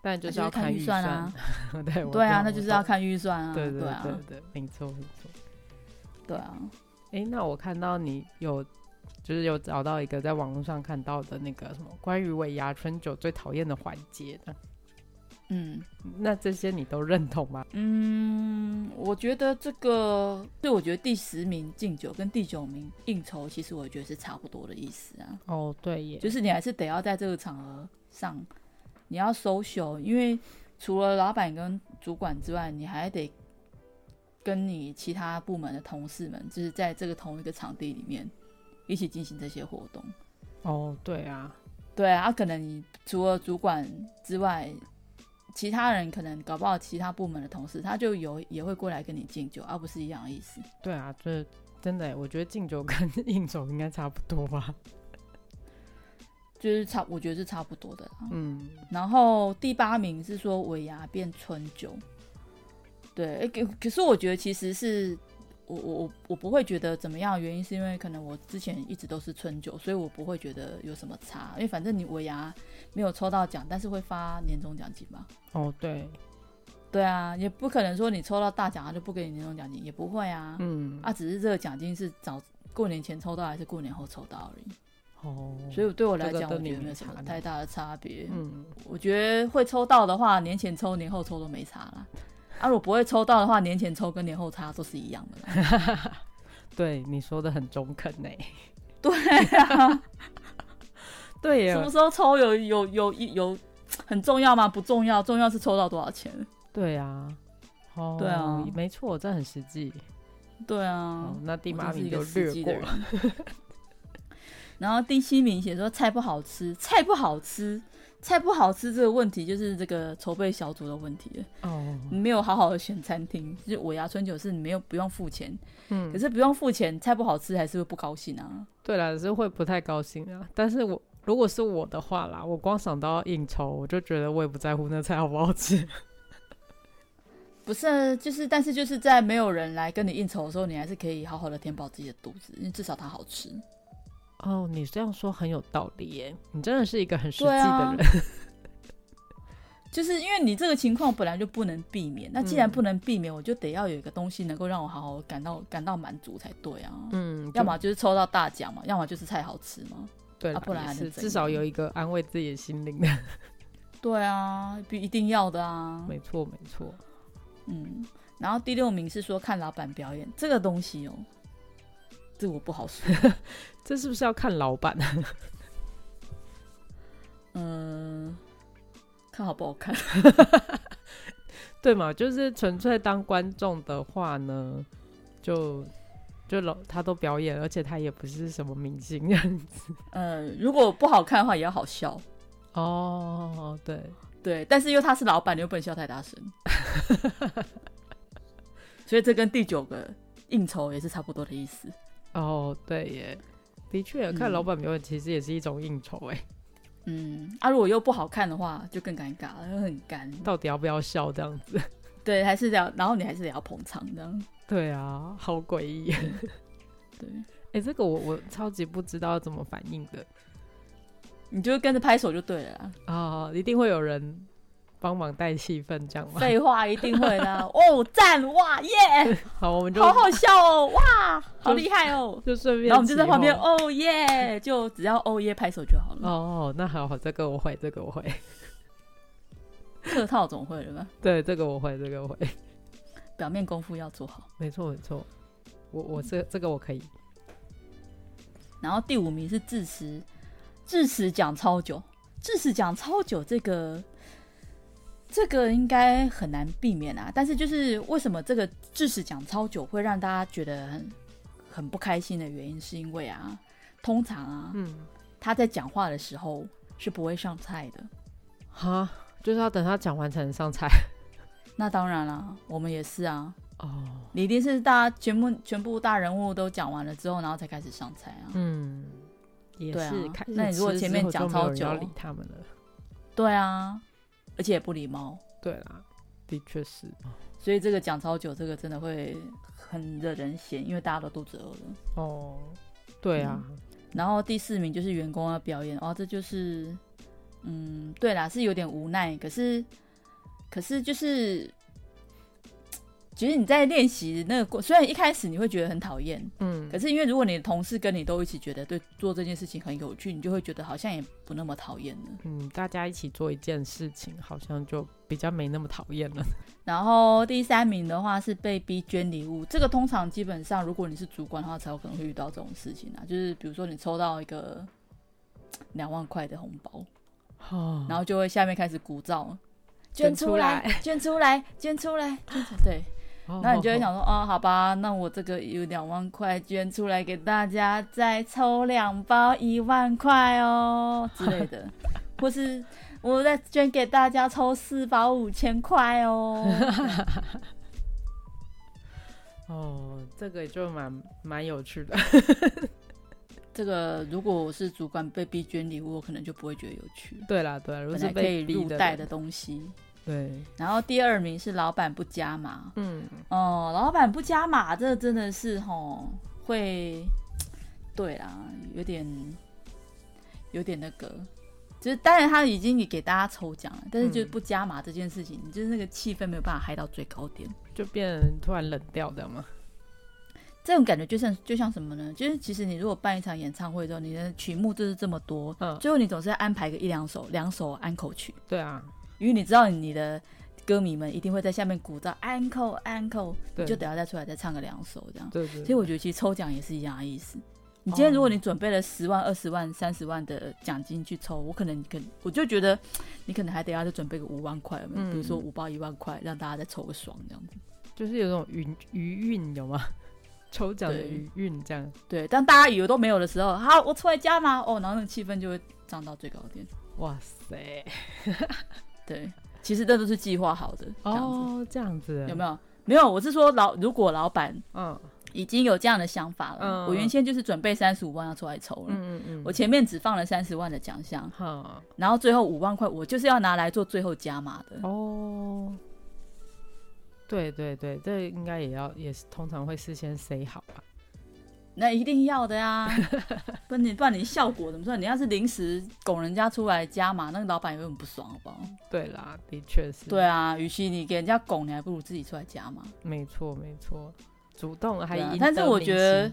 Speaker 2: 但
Speaker 1: 那
Speaker 2: 就
Speaker 1: 就是
Speaker 2: 要
Speaker 1: 看
Speaker 2: 预
Speaker 1: 算啊，，
Speaker 2: 对我
Speaker 1: 对啊，
Speaker 2: 懂
Speaker 1: 那
Speaker 2: 我
Speaker 1: 就是要
Speaker 2: 懂
Speaker 1: 看预算啊，
Speaker 2: 对对
Speaker 1: 啊，
Speaker 2: 对对，没错没错。
Speaker 1: 对啊，
Speaker 2: 诶，那我看到你有，就是有找到一个在网络上看到的那个什么关于尾牙春酒最讨厌的环节的，
Speaker 1: 嗯
Speaker 2: 那这些你都认同吗？
Speaker 1: 嗯，我觉得这个，对我觉得第十名敬酒跟第九名应酬，其实我觉得是差不多的意思啊，
Speaker 2: 哦，对耶，
Speaker 1: 就是你还是得要在这个场合上，你要 social，因为除了老板跟主管之外，你还得跟你其他部门的同事们，就是在这个同一个场地里面一起进行这些活动。
Speaker 2: 哦，对啊，
Speaker 1: 对啊，可能你除了主管之外，其他人可能搞不好其他部门的同事，他就有也会过来跟你敬酒，而、不是一样的意思。
Speaker 2: 对啊，就是真的耶，我觉得敬酒跟 应酬应该差不多吧。
Speaker 1: 就是差，我觉得是差不多的啦。
Speaker 2: 嗯，
Speaker 1: 然后第八名是说尾牙变春酒，对，诶可可是我觉得其实是我我我我不会觉得怎么样，原因是因为可能我之前一直都是春酒，所以我不会觉得有什么差，因为反正你尾牙没有抽到奖，但是会发年终奖金嘛。
Speaker 2: 哦，对，
Speaker 1: 对啊，也不可能说你抽到大奖他就不给你年终奖金，也不会啊。
Speaker 2: 嗯，
Speaker 1: 啊，只是这个奖金是早过年前抽到还是过年后抽到而已。
Speaker 2: 哦，
Speaker 1: 所以对我来
Speaker 2: 这
Speaker 1: 讲，
Speaker 2: 个
Speaker 1: 我
Speaker 2: 跟你
Speaker 1: 觉得没有什
Speaker 2: 没
Speaker 1: 么
Speaker 2: 差
Speaker 1: 太大的差别。
Speaker 2: 嗯，
Speaker 1: 我觉得会抽到的话，年前抽、年后抽都没差啦。啊，如果不会抽到的话，年前抽跟年后差都是一样的啦。
Speaker 2: 对，你说的很中肯欸呢。
Speaker 1: 对 啊，
Speaker 2: 对耶
Speaker 1: 什，么时候抽有有有有有很重要吗？不重要，重要是抽到多少钱。
Speaker 2: 对啊，哦，
Speaker 1: 对啊
Speaker 2: 没错，这很实际。
Speaker 1: 对啊
Speaker 2: 哦，，那第
Speaker 1: 我
Speaker 2: 八
Speaker 1: 真是
Speaker 2: 名
Speaker 1: 一个
Speaker 2: 就
Speaker 1: 实
Speaker 2: 略
Speaker 1: 际
Speaker 2: 过
Speaker 1: 的人。然后第七名写说菜不好吃，菜不好吃，菜不好吃这个问题就是这个筹备小组的问题了。
Speaker 2: 哦，
Speaker 1: 你没有好好的选餐厅，就是我牙春酒是你没有不用付钱，
Speaker 2: 嗯
Speaker 1: 可，是不用付钱，菜不好吃还是会不高兴啊。
Speaker 2: 对啦，是会不太高兴啊。但是我如果是我的话啦，我光想到应酬，我就觉得我也不在乎那菜 好不好吃。
Speaker 1: 不是，啊就是，但是就是在没有人来跟你应酬的时候，你还是可以好好的填饱自己的肚子，因为至少它好吃。
Speaker 2: 哦，你这样说很有道理耶，你真的是一个很实际
Speaker 1: 对啊
Speaker 2: 的人。
Speaker 1: 就是因为你这个情况本来就不能避免，那既然
Speaker 2: 嗯
Speaker 1: 不能避免，我就得要有一个东西能够让我好好感到感到满足才对啊。
Speaker 2: 嗯，
Speaker 1: 要么就是抽到大奖嘛，要么就是菜好吃嘛。
Speaker 2: 对啦，
Speaker 1: 啊不然
Speaker 2: 也
Speaker 1: 还能
Speaker 2: 是
Speaker 1: 怎
Speaker 2: 至少
Speaker 1: 样嗯
Speaker 2: 有一个安慰自己的心灵的。
Speaker 1: 对啊，必一定要的啊。
Speaker 2: 没错，没错。
Speaker 1: 嗯，然后第六名是说看老板表演这个东西哦，这我不好说。
Speaker 2: 这是不是要看老板？啊
Speaker 1: 嗯，看好不好看。
Speaker 2: 对嘛？就是纯粹当观众的话呢，就就老他都表演，而且他也不是什么明星
Speaker 1: 嗯，如果不好看的话，也要好笑。
Speaker 2: 哦。对，
Speaker 1: 对，但是因为他是老板，你又不能笑太大声。 所以这跟第九个应酬也是差不多的意思。
Speaker 2: 哦，对耶，的确，看
Speaker 1: 嗯
Speaker 2: 老板表演其实也是一种应酬哎，
Speaker 1: 嗯，啊，如果又不好看的话，就更尴尬了，又很干。
Speaker 2: 到底要不要笑这样子？
Speaker 1: 对，还是得要，然后你还是得要捧场这样。
Speaker 2: 对啊，好诡异。
Speaker 1: 对，
Speaker 2: 哎、这个我我超级不知道怎么反应的
Speaker 1: 你就跟着拍手就对了啦。
Speaker 2: 啊、一定会有人帮忙带气氛，这样吗？
Speaker 1: 废话，一定会 的啊。哦，赞哇耶，
Speaker 2: 好，我们就
Speaker 1: 好好笑哦，哇，好厉害哦。
Speaker 2: 就顺便起哄，
Speaker 1: 然后我们就在旁边哦耶，就只要哦耶拍手就好了。
Speaker 2: 哦，那好好，这个我会，这个我会，
Speaker 1: 客套总会了吧？
Speaker 2: 对，这个我会，这个我会，
Speaker 1: 表面功夫要做好。
Speaker 2: 没错没错，我我这这个我可以，
Speaker 1: 然后第五名是致辞，致辞讲超久，致辞讲超久这个。这个应该很难避免啊，但是就是为什么这个致辞讲超久会让大家觉得很很不开心的原因，是因为啊，通常啊，
Speaker 2: 嗯，
Speaker 1: 他在讲话的时候是不会上菜的。
Speaker 2: 哈，就是要等他讲完才能上菜
Speaker 1: 那当然啦、我们也是啊，
Speaker 2: 哦，
Speaker 1: 你一定是大家全部全部大人物都讲完了之后，然后才开始上菜啊。
Speaker 2: 嗯，也
Speaker 1: 对啊
Speaker 2: 是开始吃之后就没
Speaker 1: 那你如果前
Speaker 2: 有人要理他们了，
Speaker 1: 面讲超久
Speaker 2: 理他们了，
Speaker 1: 对啊，而且也不礼貌，
Speaker 2: 对啦，的确是，
Speaker 1: 所以这个讲超久，这个真的会很惹人嫌，因为大家都肚子饿了。
Speaker 2: 哦，对啊，
Speaker 1: 然后第四名就是员工要表演，哦，这就是，嗯，对啦，是有点无奈，可是，可是就是，嗯其实你在练习那个过，虽然一开始你会觉得很讨厌，
Speaker 2: 嗯，
Speaker 1: 可是因为如果你的同事跟你都一起觉得对做这件事情很有趣，你就会觉得好像也不那么讨厌了。
Speaker 2: 嗯，大家一起做一件事情，好像就比较没那么讨厌了。
Speaker 1: 然后第三名的话是被逼捐礼物，这个通常基本上如果你是主管的话，才有可能会遇到这种事情啊。就是比如说你抽到一个两万块的红包，
Speaker 2: 哦
Speaker 1: 然后就会下面开始鼓噪，捐
Speaker 2: 捐出
Speaker 1: 出
Speaker 2: 来
Speaker 1: 来，捐出来，捐出来，捐 出来。对，
Speaker 2: 哦
Speaker 1: 那你就会想说，哦，好吧，那我这个有两万块捐出来给大家，再抽两包一万块 哦之类的，或是我再捐给大家抽四包五千块哦。
Speaker 2: 哦，这个就蛮蛮有趣的。
Speaker 1: 这个如果我是主管被逼捐礼物，我可能就不会觉得有趣了。
Speaker 2: 对啦对啦，如果
Speaker 1: 本
Speaker 2: 是
Speaker 1: 来可
Speaker 2: 被
Speaker 1: 以
Speaker 2: 逼
Speaker 1: 入袋
Speaker 2: 人
Speaker 1: 的东西，
Speaker 2: 对，
Speaker 1: 然后第二名是老板不加码
Speaker 2: 嗯，
Speaker 1: 哦，老板不加码，这真的是吼会，对啦，有点有点那个，就是当然他已经给大家抽奖了，但是就是
Speaker 2: 嗯
Speaker 1: 不加码这件事情，就是那个气氛没有办法嗨到最高点。
Speaker 2: 就变成突然冷掉的嘛。
Speaker 1: 这种感觉就像就像什么呢？就是其实你如果办一场演唱会之后，你的曲目就是这么多，
Speaker 2: 嗯
Speaker 1: 最后你总是要安排个一两首，两首安口曲，
Speaker 2: 对啊，
Speaker 1: 因为你知道你的歌迷们一定会在下面鼓噪安口安口，
Speaker 2: 对，
Speaker 1: 就等下再出来再唱个两首这样。
Speaker 2: 对嗯
Speaker 1: 其
Speaker 2: 对
Speaker 1: 实我觉得其实抽奖也是一样的意思。你今天如果你准备了十万、二十万、三十万的奖金去抽，我可能可我就觉得你可能还得要再准备个五万块，有没有
Speaker 2: 嗯
Speaker 1: 比如说五包一万块，让大家再抽个爽这样子。
Speaker 2: 就是有种余余韵，有吗？ 抽奖的
Speaker 1: 对
Speaker 2: 余韵这样，
Speaker 1: 对，当大家以为都没有的时候，好，我出来加嘛，哦，然后那个气氛就会涨到最高点。
Speaker 2: 哇塞！
Speaker 1: 对，其实这都是计划好的，这样子、
Speaker 2: 哦，这样子
Speaker 1: 有没有？没有，我是说老，如果老板
Speaker 2: 嗯，
Speaker 1: 已经有这样的想法了。
Speaker 2: 嗯
Speaker 1: 我原先就是准备三十五万要出来抽了，
Speaker 2: 嗯嗯嗯，
Speaker 1: 我前面只放了三十万的奖项，
Speaker 2: 好
Speaker 1: 然后最后五万块我就是要拿来做最后加码的。
Speaker 2: 哦，对对对，这应该也要也是通常会事先 say 好吧？
Speaker 1: 那一定要的呀、 不然你不然你效果怎么算？你要是临时拱人家出来加码，那个老板也会很不爽，好不好？
Speaker 2: 对啦，的确是，
Speaker 1: 对，啊，与其你给人家拱，你还不如自己出来加码。
Speaker 2: 没错没错，主动还
Speaker 1: 对啊
Speaker 2: 赢得民
Speaker 1: 但
Speaker 2: 心、
Speaker 1: 是我觉得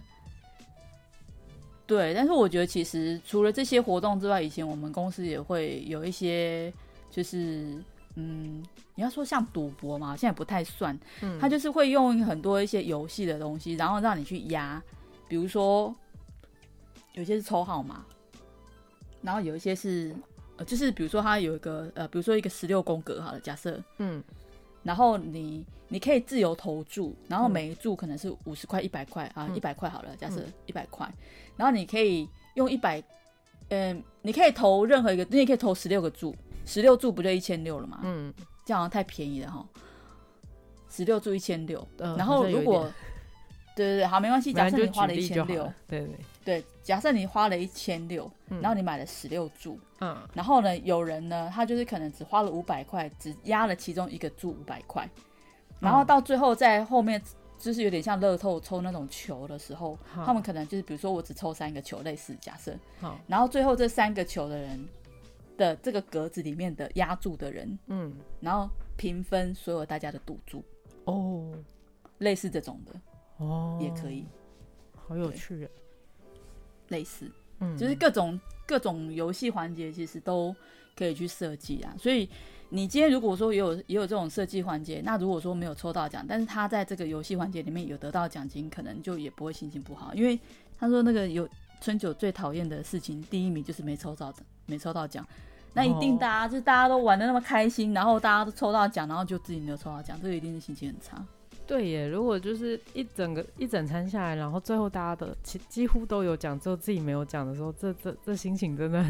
Speaker 1: 对，但是我觉得其实除了这些活动之外，以前我们公司也会有一些，就是嗯，你要说像赌博嘛，现在不太算，
Speaker 2: 嗯，
Speaker 1: 它就是会用很多一些游戏的东西，然后让你去压，比如说有些是抽号码，然后有一些是呃，就是比如说它有一个呃，比如说一个十六宫格好了，假设，
Speaker 2: 嗯
Speaker 1: 然后你你可以自由投注，然后
Speaker 2: 嗯
Speaker 1: 每一注可能是五十块、一百块啊，
Speaker 2: 嗯
Speaker 1: 一百块好了，假设
Speaker 2: 嗯
Speaker 1: 一百块，然后你可以用一百，嗯，你可以投任何一个，你也可以投十六个注，十六注不就一千六了吗？
Speaker 2: 嗯，
Speaker 1: 这样好像太便宜了哈，十六注一千六，
Speaker 2: 呃
Speaker 1: 然
Speaker 2: 好
Speaker 1: 后
Speaker 2: 像有
Speaker 1: 如
Speaker 2: 一
Speaker 1: 果
Speaker 2: 点
Speaker 1: 对对对，好，没关系，假
Speaker 2: 反
Speaker 1: 设
Speaker 2: 正
Speaker 1: 你
Speaker 2: 就
Speaker 1: 花
Speaker 2: 举
Speaker 1: 了一
Speaker 2: 例就
Speaker 1: 千
Speaker 2: 好
Speaker 1: 六
Speaker 2: 了，，对对，
Speaker 1: 对，假设你花了一千六，
Speaker 2: 嗯
Speaker 1: 然后你买了十六注，
Speaker 2: 嗯
Speaker 1: 然后呢，有人呢，他就是可能只花了五百块，只压了其中一个注五百块，然后到最后在后面就是有点像乐透抽那种球的时候，
Speaker 2: 好
Speaker 1: 他们可能就是比如说我只抽三个球，类似假设，
Speaker 2: 好，
Speaker 1: 然后最后这三个球的人的这个格子里面的压注的人，
Speaker 2: 嗯
Speaker 1: 然后平分所有大家的赌注，
Speaker 2: 哦
Speaker 1: 类似这种的
Speaker 2: 哦，
Speaker 1: 也可，以，
Speaker 2: 好有
Speaker 1: 对
Speaker 2: 趣耶，
Speaker 1: 类似。
Speaker 2: 嗯，
Speaker 1: 就是各种各种游戏环节其实都可以去设计啊。所以你今天如果说也有也有这种设计环节，那如果说没有抽到奖，但是他在这个游戏环节里面有得到奖金，可能就也不会心情不好，因为他说那个有春酒最讨厌的事情，第一名就是没抽到奖，没抽到奖。那一定
Speaker 2: 哦
Speaker 1: 大家、就是大家都玩的那么开心，然后大家都抽到奖，然后就自己没有抽到奖，这个一定是心情很差。
Speaker 2: 对耶，如果就是一整个一整餐下来，然后最后大家的几几乎都有讲，只有自己没有讲的时候，这这这心情真的，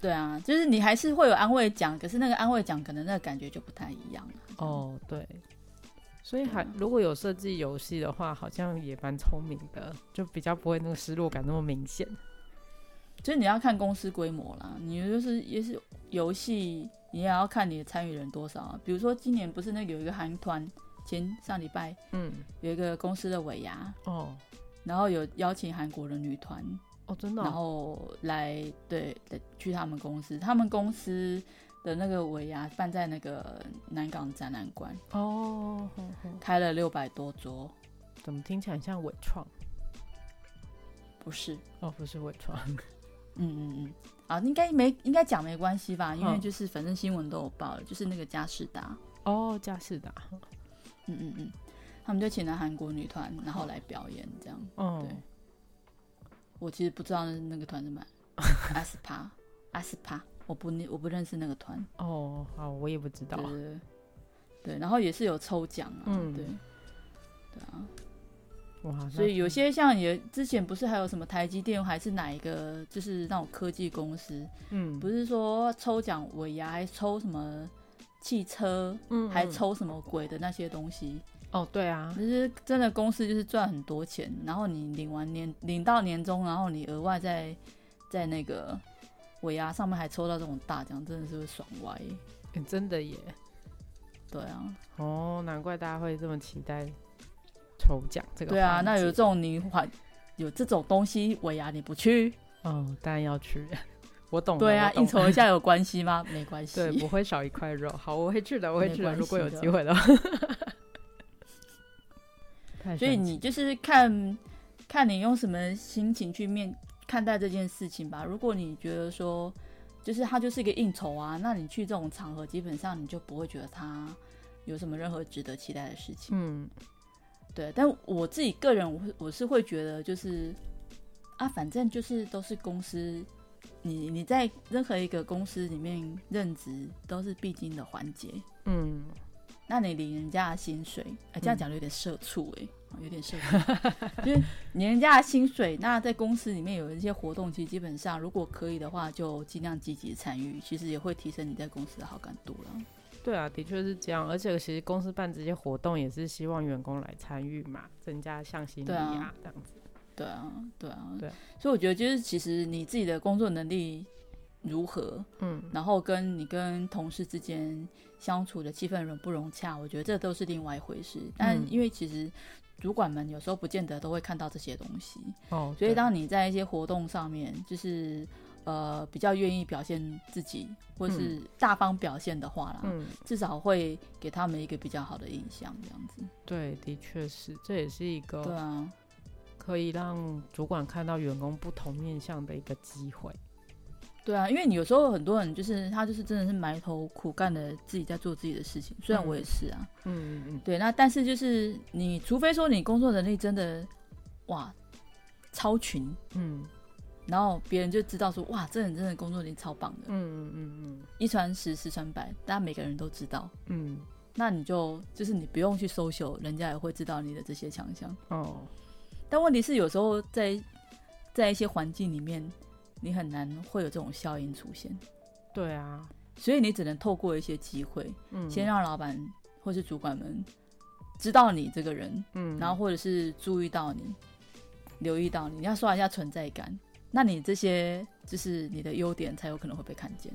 Speaker 1: 对啊，就是你还是会有安慰奖，可是那个安慰奖可能那个感觉就不太一样了。这样，
Speaker 2: 哦，对，所以还
Speaker 1: 对啊
Speaker 2: 如果有设计游戏的话，好像也蛮聪明的，就比较不会那个失落感那么明显。
Speaker 1: 就是你要看公司规模啦，你就是也是游戏，你也要看你的参与人多少、啊。比如说今年不是那个有一个韩团，前上礼拜
Speaker 2: 嗯，
Speaker 1: 有一个公司的尾牙，
Speaker 2: 哦
Speaker 1: 然后有邀请韩国的女团，
Speaker 2: 哦，真的
Speaker 1: 然
Speaker 2: 哦、
Speaker 1: 后来对来去他们公司，他们公司的那个尾牙办在那个南港展览馆，
Speaker 2: 哦，哼哼
Speaker 1: 开了六百多桌，
Speaker 2: 怎么听起来很像伪创？
Speaker 1: 不是，
Speaker 2: 哦，不是伪创，
Speaker 1: 嗯嗯嗯。啊，应该没应该讲没关系吧，因为
Speaker 2: 嗯
Speaker 1: 就是反正新闻都有报了，就是那个佳士达，
Speaker 2: 哦，嘉士达，
Speaker 1: 嗯嗯嗯，他们就请了韩国女团，然后来表演这样。
Speaker 2: 哦
Speaker 1: 对，我其实不知道那个团是 哪阿斯帕，阿斯帕，我不认我不认识那个团。
Speaker 2: 哦，好，我也不知道
Speaker 1: 对，对对对，然后也是有抽奖啊，
Speaker 2: 嗯
Speaker 1: 对对啊，
Speaker 2: 哇，
Speaker 1: 所以有
Speaker 2: 那
Speaker 1: 些像也之前不是还有什么台积电还是哪一个就是那种科技公司，
Speaker 2: 嗯
Speaker 1: 不是说抽奖尾牙还抽什么汽车，
Speaker 2: 嗯
Speaker 1: 还
Speaker 2: 嗯
Speaker 1: 抽什么鬼的那些东西，
Speaker 2: 哦，对啊，
Speaker 1: 就是真的公司就是赚很多钱，然后你领完年领到年终，然后你额外在在那个尾牙上面还抽到这种大奖，真的是会爽歪。
Speaker 2: 诶真的耶。
Speaker 1: 对啊，
Speaker 2: 哦，难怪大家会这么期待抽奖这个环节。
Speaker 1: 对啊，那有这种你还有这种东西尾牙你不去？
Speaker 2: 哦，当然要去，我懂了。
Speaker 1: 对啊
Speaker 2: 我，懂
Speaker 1: 应
Speaker 2: 了
Speaker 1: 酬一下有关系吗？没关系。
Speaker 2: 对不会少一块肉。好，我会去的，我会
Speaker 1: 没
Speaker 2: 去的。
Speaker 1: 关
Speaker 2: 如果
Speaker 1: 系
Speaker 2: 有
Speaker 1: 的
Speaker 2: 机会 的话，太
Speaker 1: 所以
Speaker 2: 神
Speaker 1: 你
Speaker 2: 奇
Speaker 1: 就是看看你用什么心情去面看待这件事情吧。如果你觉得说，就是它就是一个应酬啊，那你去这种场合，基本上你就不会觉得它有什么任何值得期待的事情。
Speaker 2: 嗯
Speaker 1: 对，但我自己个人，我会我是会觉得就是啊，反正就是都是公司。你你在任何一个公司里面任职都是必经的环节，
Speaker 2: 嗯，
Speaker 1: 那你领人家的薪水，哎、这样
Speaker 2: 嗯
Speaker 1: 讲得有点社畜哎、哦有点社 畜，就是你人家的薪水，那在公司里面有一些活动，其实基本上如果可以的话，就尽量积极参与，其实也会提升你在公司的好感度了。
Speaker 2: 对啊，的确是这样。而且其实公司办这些活动也是希望员工来参与嘛，增加向心力
Speaker 1: 对
Speaker 2: 啊
Speaker 1: 啊，
Speaker 2: 这样子。
Speaker 1: 对啊，对啊，
Speaker 2: 对啊
Speaker 1: 所以我觉得就是其实你自己的工作能力如何，
Speaker 2: 嗯，
Speaker 1: 然后跟你跟同事之间相处的气氛融不融洽，我觉得这都是另外一回事。
Speaker 2: 嗯
Speaker 1: 但因为其实主管们有时候不见得都会看到这些东西，
Speaker 2: 哦，
Speaker 1: 所以
Speaker 2: 对
Speaker 1: 当你在一些活动上面，就是呃比较愿意表现自己，或是大方表现的话啦，
Speaker 2: 嗯，
Speaker 1: 至少会给他们一个比较好的印象，这样子。
Speaker 2: 对，的确是，这也是一
Speaker 1: 对
Speaker 2: 个
Speaker 1: 啊，
Speaker 2: 可以让主管看到员工不同面向的一个机会。
Speaker 1: 对啊，因为你有时候很多人就是他就是真的是埋头苦干的自己在做自己的事情，虽然我也是啊，
Speaker 2: 嗯嗯嗯，
Speaker 1: 对，那但是就是你除非说你工作能力真的哇超群，
Speaker 2: 嗯
Speaker 1: 然后别人就知道说哇这人真的工作能力超棒的，
Speaker 2: 嗯嗯
Speaker 1: 一传十十传百，大家每个人都知道，
Speaker 2: 嗯嗯，
Speaker 1: 那你就就是你不用去搜求，人家也会知道你的这些强项。
Speaker 2: 哦，
Speaker 1: 但问题是有时候在在一些环境里面，你很难会有这种效应出现，
Speaker 2: 对啊，
Speaker 1: 所以你只能透过一些机会，
Speaker 2: 嗯，
Speaker 1: 先让老板或是主管们知道你这个人，
Speaker 2: 嗯，
Speaker 1: 然后或者是注意到你、留意到你，你要刷一下存在感。那你这些就是你的优点，才有可能会被看见。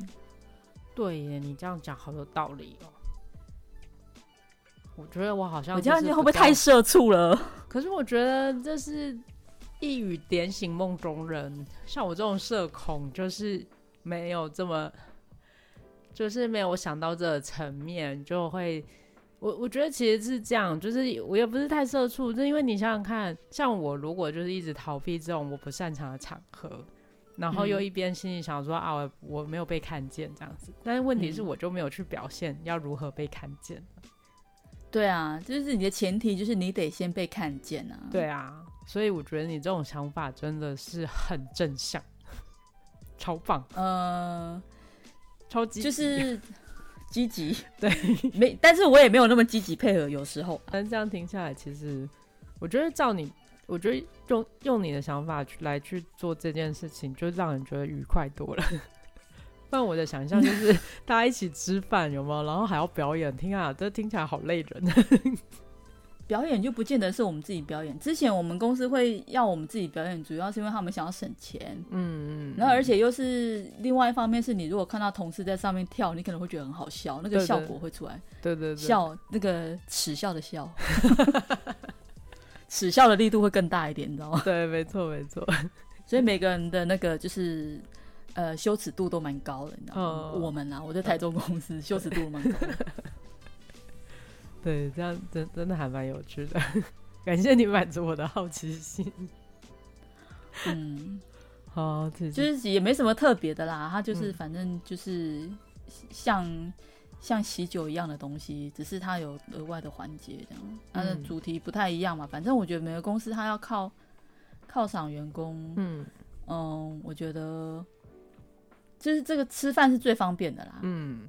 Speaker 2: 对耶，你这样讲好有道理哦。我觉得我好像
Speaker 1: 我这样
Speaker 2: 就是
Speaker 1: 会不会
Speaker 2: 比较
Speaker 1: 太社畜了？
Speaker 2: 可是我觉得这是一语点醒梦中人，像我这种社恐，就是没有这么，就是没有想到这个层面，就会。我我觉得其实是这样，就是我也不是太社畜，就因为你想想看，像我如果就是一直逃避这种我不擅长的场合，然后又
Speaker 1: 嗯
Speaker 2: 一边心里想说、啊我我没有被看见这样子，但是问题是
Speaker 1: 嗯
Speaker 2: 我就没有去表现，要如何被看见？
Speaker 1: 对啊，就是你的前提就是你得先被看见啊。
Speaker 2: 对啊，所以我觉得你这种想法真的是很正向， 超棒，
Speaker 1: 呃，
Speaker 2: 超级
Speaker 1: 就是积极，
Speaker 2: 对，
Speaker 1: 没，但是我也没有那么积极配合，有时候。
Speaker 2: 但这样听下来，其实我觉得照你，我觉得用用你的想法去来去做这件事情，就让人觉得愉快多了。 不然我的想象就是大家一起吃饭，有没有？然后还要表演，听啊，这听起来好累
Speaker 1: 嗯
Speaker 2: 人。
Speaker 1: 表演就不见得是我们自己表演，之前我们公司会要我们自己表演，主要是因为他们想要省钱。
Speaker 2: 嗯
Speaker 1: 然后，而且又是另外一方面，是你如果看到同事在上面跳，你可能会觉得很好笑，那个
Speaker 2: 对对
Speaker 1: 效果会出来，
Speaker 2: 对对对，
Speaker 1: 笑那个耻笑的笑， 耻笑的力度会更大一点，你知道吗？
Speaker 2: 对，没错没错。
Speaker 1: 所以每个人的那个就是呃羞耻度都蛮高的，你知道吗？
Speaker 2: 嗯
Speaker 1: 我们啊，我在台中公司羞耻度蛮高的。
Speaker 2: 对，这样真真的还蛮有趣的。 感谢你满足我的好奇心。
Speaker 1: 嗯，
Speaker 2: 好，这
Speaker 1: 就是是也没什么特别的啦，它就是
Speaker 2: 嗯
Speaker 1: 反正就是像、像喜酒一样的东西，只是它有额外的环节这样，它的
Speaker 2: 嗯
Speaker 1: 主题不太一样嘛。反正我觉得每个公司它要靠犒赏员工，嗯
Speaker 2: 嗯
Speaker 1: 我觉得就是这个吃饭是最方便的啦。
Speaker 2: 嗯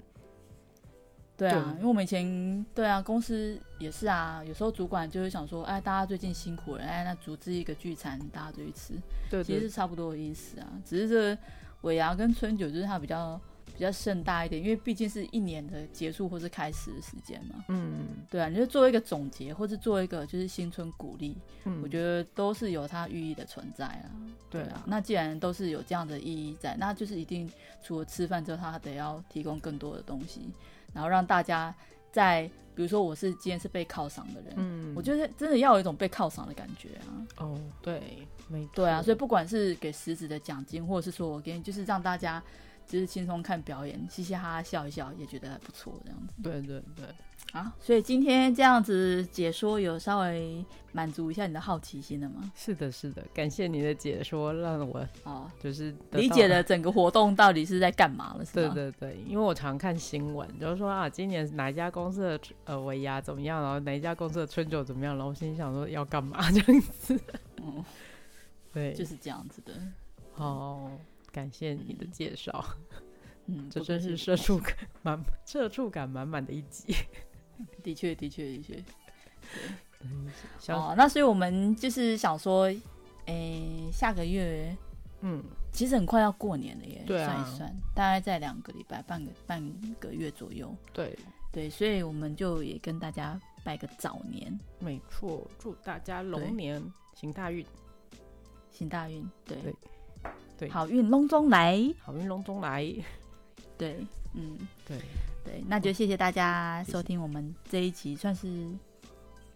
Speaker 1: 对啊
Speaker 2: 对，
Speaker 1: 因为我们以前对啊，公司也是啊，有时候主管就会想说，哎，大家最近辛苦了，哎，那组织一个聚餐，大家就去吃。
Speaker 2: 对
Speaker 1: 其实
Speaker 2: 对
Speaker 1: 是差不多的意思啊，只是这个尾牙跟春酒就是它比较比较盛大一点，因为毕竟是一年的结束或是开始的时间嘛。
Speaker 2: 嗯
Speaker 1: 对啊，你就做一个总结，或是做一个就是新春鼓励，
Speaker 2: 嗯，
Speaker 1: 我觉得都是有它寓意的存在啊。
Speaker 2: 对啊
Speaker 1: 那既然都是有这样的意义在，那就是一定除了吃饭之后，它得要提供更多的东西，然后让大家在，比如说我是今天是被犒赏的人，
Speaker 2: 嗯，
Speaker 1: 我觉得真的要有一种被犒赏的感觉啊。
Speaker 2: 哦对，没
Speaker 1: 对啊，
Speaker 2: 错
Speaker 1: 所以不管是给实质的奖金，或者是说我给你，就是让大家就是轻松看表演，嘻嘻哈哈笑一笑，也觉得还不错这样子
Speaker 2: 对对对，
Speaker 1: 啊。所以今天这样子解说，有稍微满足一下你的好奇心了吗？
Speaker 2: 是的是的，感谢你的解说，让我
Speaker 1: 哦，
Speaker 2: 就是得
Speaker 1: 理
Speaker 2: 到
Speaker 1: 解。了整个活动到底是在干嘛了，是
Speaker 2: 对
Speaker 1: 吗？
Speaker 2: 对对，因为我常看新闻，就是说啊，今年哪一家公司的呃尾牙怎么样，然后哪一家公司的春酒怎么样，然后我心里想说要干嘛这样子。
Speaker 1: 嗯，
Speaker 2: 对，
Speaker 1: 就是这样子的。
Speaker 2: 哦，感谢你的介绍。
Speaker 1: 嗯，
Speaker 2: 这
Speaker 1: 不
Speaker 2: 真
Speaker 1: 过
Speaker 2: 是社畜感满，社畜感满满的一集。
Speaker 1: 哦的确，的确，的确。
Speaker 2: 像
Speaker 1: 哦，那所以我们就是想说，诶，下个月
Speaker 2: 嗯，
Speaker 1: 其实很快要过年了耶，
Speaker 2: 对啊
Speaker 1: 算一算，大概在两个礼拜、半个半个月左右。
Speaker 2: 对，
Speaker 1: 对，所以我们就也跟大家拜个早年，
Speaker 2: 没错，祝大家
Speaker 1: 对
Speaker 2: 龙年行大运，
Speaker 1: 行大运，对
Speaker 2: 对对
Speaker 1: 好运隆中来，
Speaker 2: 好运龙中来。
Speaker 1: 对，嗯，
Speaker 2: 对，
Speaker 1: 对，那
Speaker 2: 嗯
Speaker 1: 就谢谢大家收听我们这一集，算是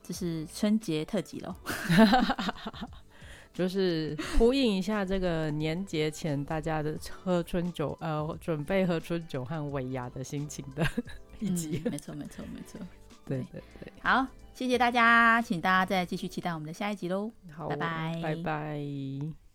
Speaker 1: 就是春节特辑喽。
Speaker 2: 就是呼应一下这个年节前大家的喝春酒，呃，准备喝春酒和尾牙的心情的一集。
Speaker 1: 嗯没错，没错，没错。
Speaker 2: 对对对，
Speaker 1: 好，谢谢大家，请大家再继续期待我们的下一集喽。
Speaker 2: 好，
Speaker 1: 拜拜
Speaker 2: 拜拜。